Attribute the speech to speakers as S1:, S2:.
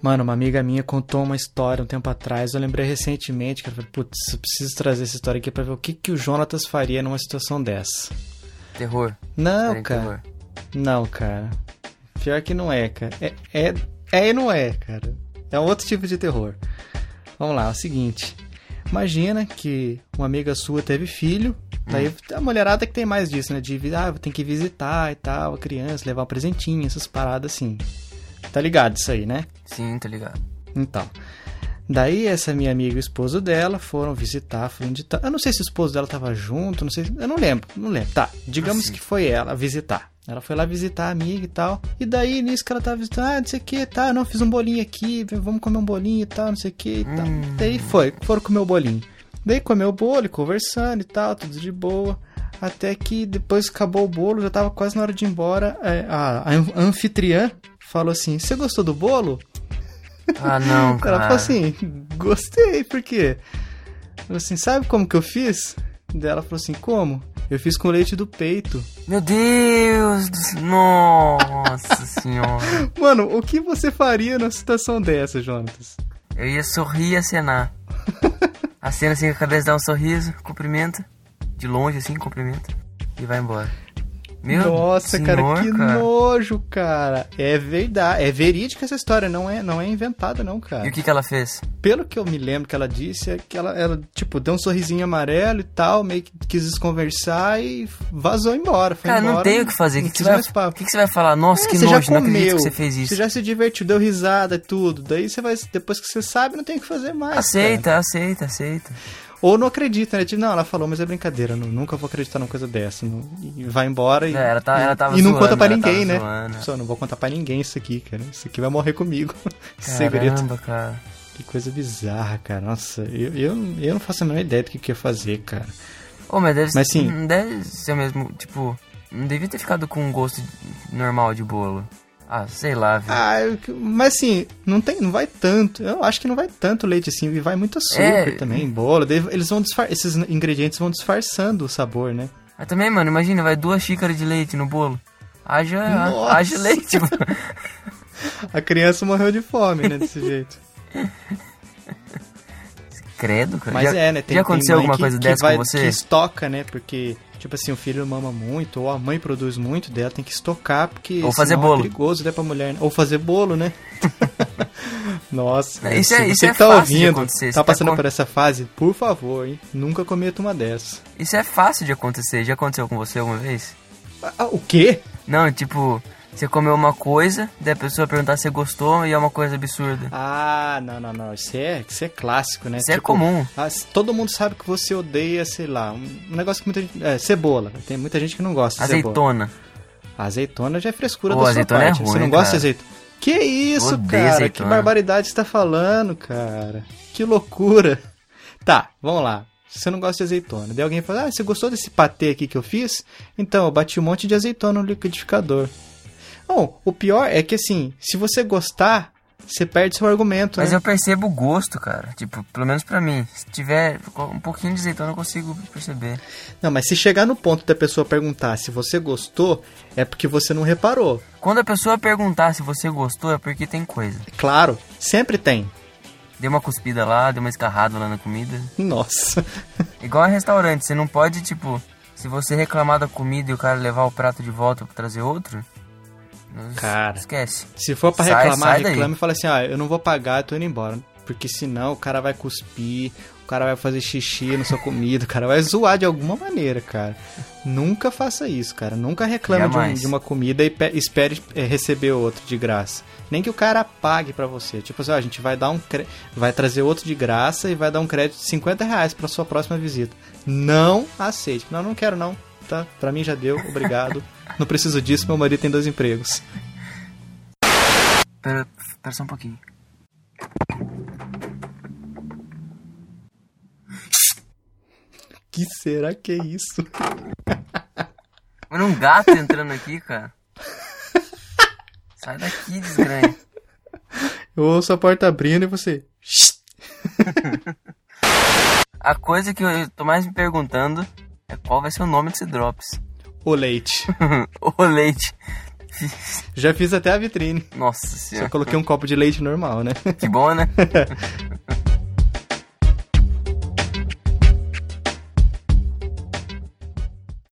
S1: Mano, uma amiga minha contou uma história um tempo atrás, eu lembrei recentemente, cara, eu falei, putz, eu preciso trazer essa história aqui pra ver o que, que o Jonatas faria numa situação dessa.
S2: Terror.
S1: Não,
S2: Série de
S1: cara.
S2: terror.
S1: Não, cara. Pior que não é, cara. É, é, é e não é, cara. É um outro tipo de terror. Vamos lá, é o seguinte. Imagina que uma amiga sua teve filho. Daí a mulherada que tem mais disso, né? De ah, tem que visitar e tal, a criança, levar um presentinho, essas paradas assim. Tá ligado isso aí, né?
S2: Sim, tá ligado.
S1: Então. Daí essa minha amiga e o esposo dela foram visitar, foram de tal. Eu não sei se o esposo dela tava junto, não sei, eu não lembro, não lembro. Tá, digamos
S2: Assim.
S1: que foi ela visitar. Ela foi lá visitar a amiga e tal. E daí nisso que ela tava visitando, ah, não sei o que, tá, não fiz um bolinho aqui, vamos comer um bolinho e tal, não sei o que e tal.
S2: Hum.
S1: Daí foi, foram comer o bolinho. Daí comeu o bolo, e conversando e tal, tudo de boa. Até que depois que acabou o bolo, já tava quase na hora de ir embora. é, A, a anfitriã falou assim: Você gostou do bolo?
S2: Ah, não, cara.
S1: Ela falou assim, gostei, por quê? Eu falei assim, sabe como que eu fiz? Daí ela falou assim, como? Eu fiz com leite do peito.
S2: Meu Deus do c- Nossa senhora.
S1: Mano, o que você faria numa situação dessa, Jonatas?
S2: Eu ia sorrir e acenar. Acena assim com a cabeça, dá um sorriso, cumprimenta. De longe assim, cumprimenta. E vai embora. Meu
S1: Nossa,
S2: senhor,
S1: cara, que nojo, cara. É verdade, é verídica essa história, não é, não é inventada não, cara.
S2: E o que, que ela fez?
S1: Pelo que eu me lembro que ela disse, é que ela, ela, tipo, deu um sorrisinho amarelo e tal, meio que quis desconversar e vazou embora, foi
S2: Cara,
S1: embora.
S2: não tem o que fazer. O
S1: não
S2: que, que,
S1: quis
S2: você vai...
S1: mais papo.
S2: o que que você vai falar? Nossa,
S1: É,
S2: que
S1: você
S2: nojo,
S1: já
S2: não
S1: comeu,
S2: acredito que você fez isso.
S1: Você já se divertiu, deu risada e tudo. Daí você vai. Depois que você sabe, não tem o que fazer mais.
S2: Aceita,
S1: cara.
S2: aceita, aceita.
S1: Ou não acredita, né? Tipo, não, ela falou, mas é brincadeira. Não, nunca vou acreditar numa coisa dessa. Não- e vai embora e.
S2: É, ela tá- ela tava
S1: E não
S2: zoando,
S1: conta pra
S2: ela
S1: ninguém,
S2: tava
S1: né?
S2: zoando.
S1: Só não vou contar pra ninguém isso aqui, cara. Isso aqui vai morrer comigo. Esse Segredo.
S2: Caramba, cara.
S1: Que coisa bizarra, cara. Nossa, eu, eu, eu não faço a menor ideia do que, que eu ia fazer, cara.
S2: Ô, mas deve,
S1: Mas sim.
S2: não deve ser mesmo, tipo, não devia ter ficado com um gosto de- normal de bolo. Ah, sei lá, viu?
S1: Ah, eu- mas assim, não tem, não vai tanto. Eu acho que não vai tanto leite assim, e vai muito açúcar
S2: É.
S1: também, bolo. Daí Eles vão disfar esses ingredientes vão disfarçando o sabor, né?
S2: Mas também, mano, imagina, vai duas xícaras de leite no bolo. Haja,
S1: Nossa.
S2: haja leite, mano.
S1: A criança morreu de fome, né, desse jeito.
S2: Credo, cara.
S1: Mas
S2: já,
S1: é, né, tem
S2: já
S1: tem
S2: aconteceu
S1: mãe
S2: alguma
S1: que-
S2: coisa
S1: que
S2: dessa
S1: vai-
S2: com
S1: Que
S2: você?
S1: estoca, né? Porque tipo assim, o filho mama muito ou a mãe produz muito dela, tem que estocar porque
S2: Ou fazer
S1: senão é
S2: bolo.
S1: perigoso, né, pra mulher, né? ou fazer bolo, né? Nossa, cara,
S2: Isso é-
S1: se
S2: isso
S1: você
S2: é
S1: que
S2: fácil
S1: tá
S2: de
S1: ouvindo,
S2: acontecer, você
S1: tá
S2: tá
S1: passando
S2: con-
S1: por essa fase, por favor, hein? Nunca cometa uma dessas.
S2: Isso é fácil de acontecer. Já aconteceu com você alguma vez?
S1: Ah, o quê?
S2: Não, tipo, você comeu uma coisa, daí a pessoa perguntar se gostou e é uma coisa absurda.
S1: Ah, não, não, não. Isso é, isso é clássico, né?
S2: Isso é comum.
S1: ah, se- todo mundo sabe que você odeia, sei lá, um um negócio que muita gente. É, cebola. Tem muita gente que não gosta de cebola.
S2: Azeitona.
S1: Azeitona já é frescura
S2: Pô,
S1: da sua
S2: azeitona é
S1: parte. você
S2: ruim,
S1: não gosta de
S2: cara.
S1: azeitona. Que isso,
S2: Odeio
S1: cara? Que
S2: azeitona.
S1: barbaridade você tá falando, cara? Que loucura. Tá, vamos lá. Você não gosta de azeitona. Daí alguém fala, ah, você gostou desse patê aqui que eu fiz? Então, eu bati um monte de azeitona no liquidificador. Não, o pior é que assim, se você gostar, você perde seu argumento,
S2: Mas
S1: né?
S2: eu percebo o gosto, cara. Tipo, pelo menos pra mim. Se tiver um pouquinho de azeitona, eu consigo perceber.
S1: Não, mas se chegar no ponto da pessoa perguntar se você gostou, é porque você não reparou.
S2: Quando a pessoa perguntar se você gostou, é porque tem coisa.
S1: É Claro, sempre tem.
S2: Deu uma cuspida lá, deu uma escarrada lá na comida.
S1: Nossa.
S2: Igual a restaurante, você não pode, tipo, se você reclamar da comida e o cara levar o prato de volta pra trazer outro. es-
S1: Cara.
S2: Esquece.
S1: Se for pra
S2: Sai-
S1: reclamar,
S2: sai daí.
S1: reclama e fala assim: ah, eu não vou pagar, eu tô indo embora. Porque senão o cara vai cuspir, o cara vai fazer xixi na sua comida, o cara vai zoar de alguma maneira, cara. Nunca faça isso, cara. Nunca reclame de, um-
S2: Jamais.
S1: de uma comida e pe- espere é, receber outro de graça. Nem que o cara pague pra você. Tipo assim, ó, a gente vai dar um cre- vai trazer outro de graça e vai dar um crédito de 50 reais pra sua próxima visita. Não aceite. Não, não quero não. Tá? Pra mim já deu, obrigado. não preciso disso, meu marido tem dois empregos.
S2: Pera, pera só um pouquinho.
S1: Que será que é isso?
S2: Mano, um gato entrando aqui, cara. Sai daqui, desgranha.
S1: Eu ouço a porta abrindo e você.
S2: A coisa que eu tô mais me perguntando é qual vai ser o nome desse Drops.
S1: O leite.
S2: o leite.
S1: Já fiz até a vitrine.
S2: Nossa
S1: Só
S2: senhora.
S1: coloquei um copo de leite normal, né?
S2: Que bom, né?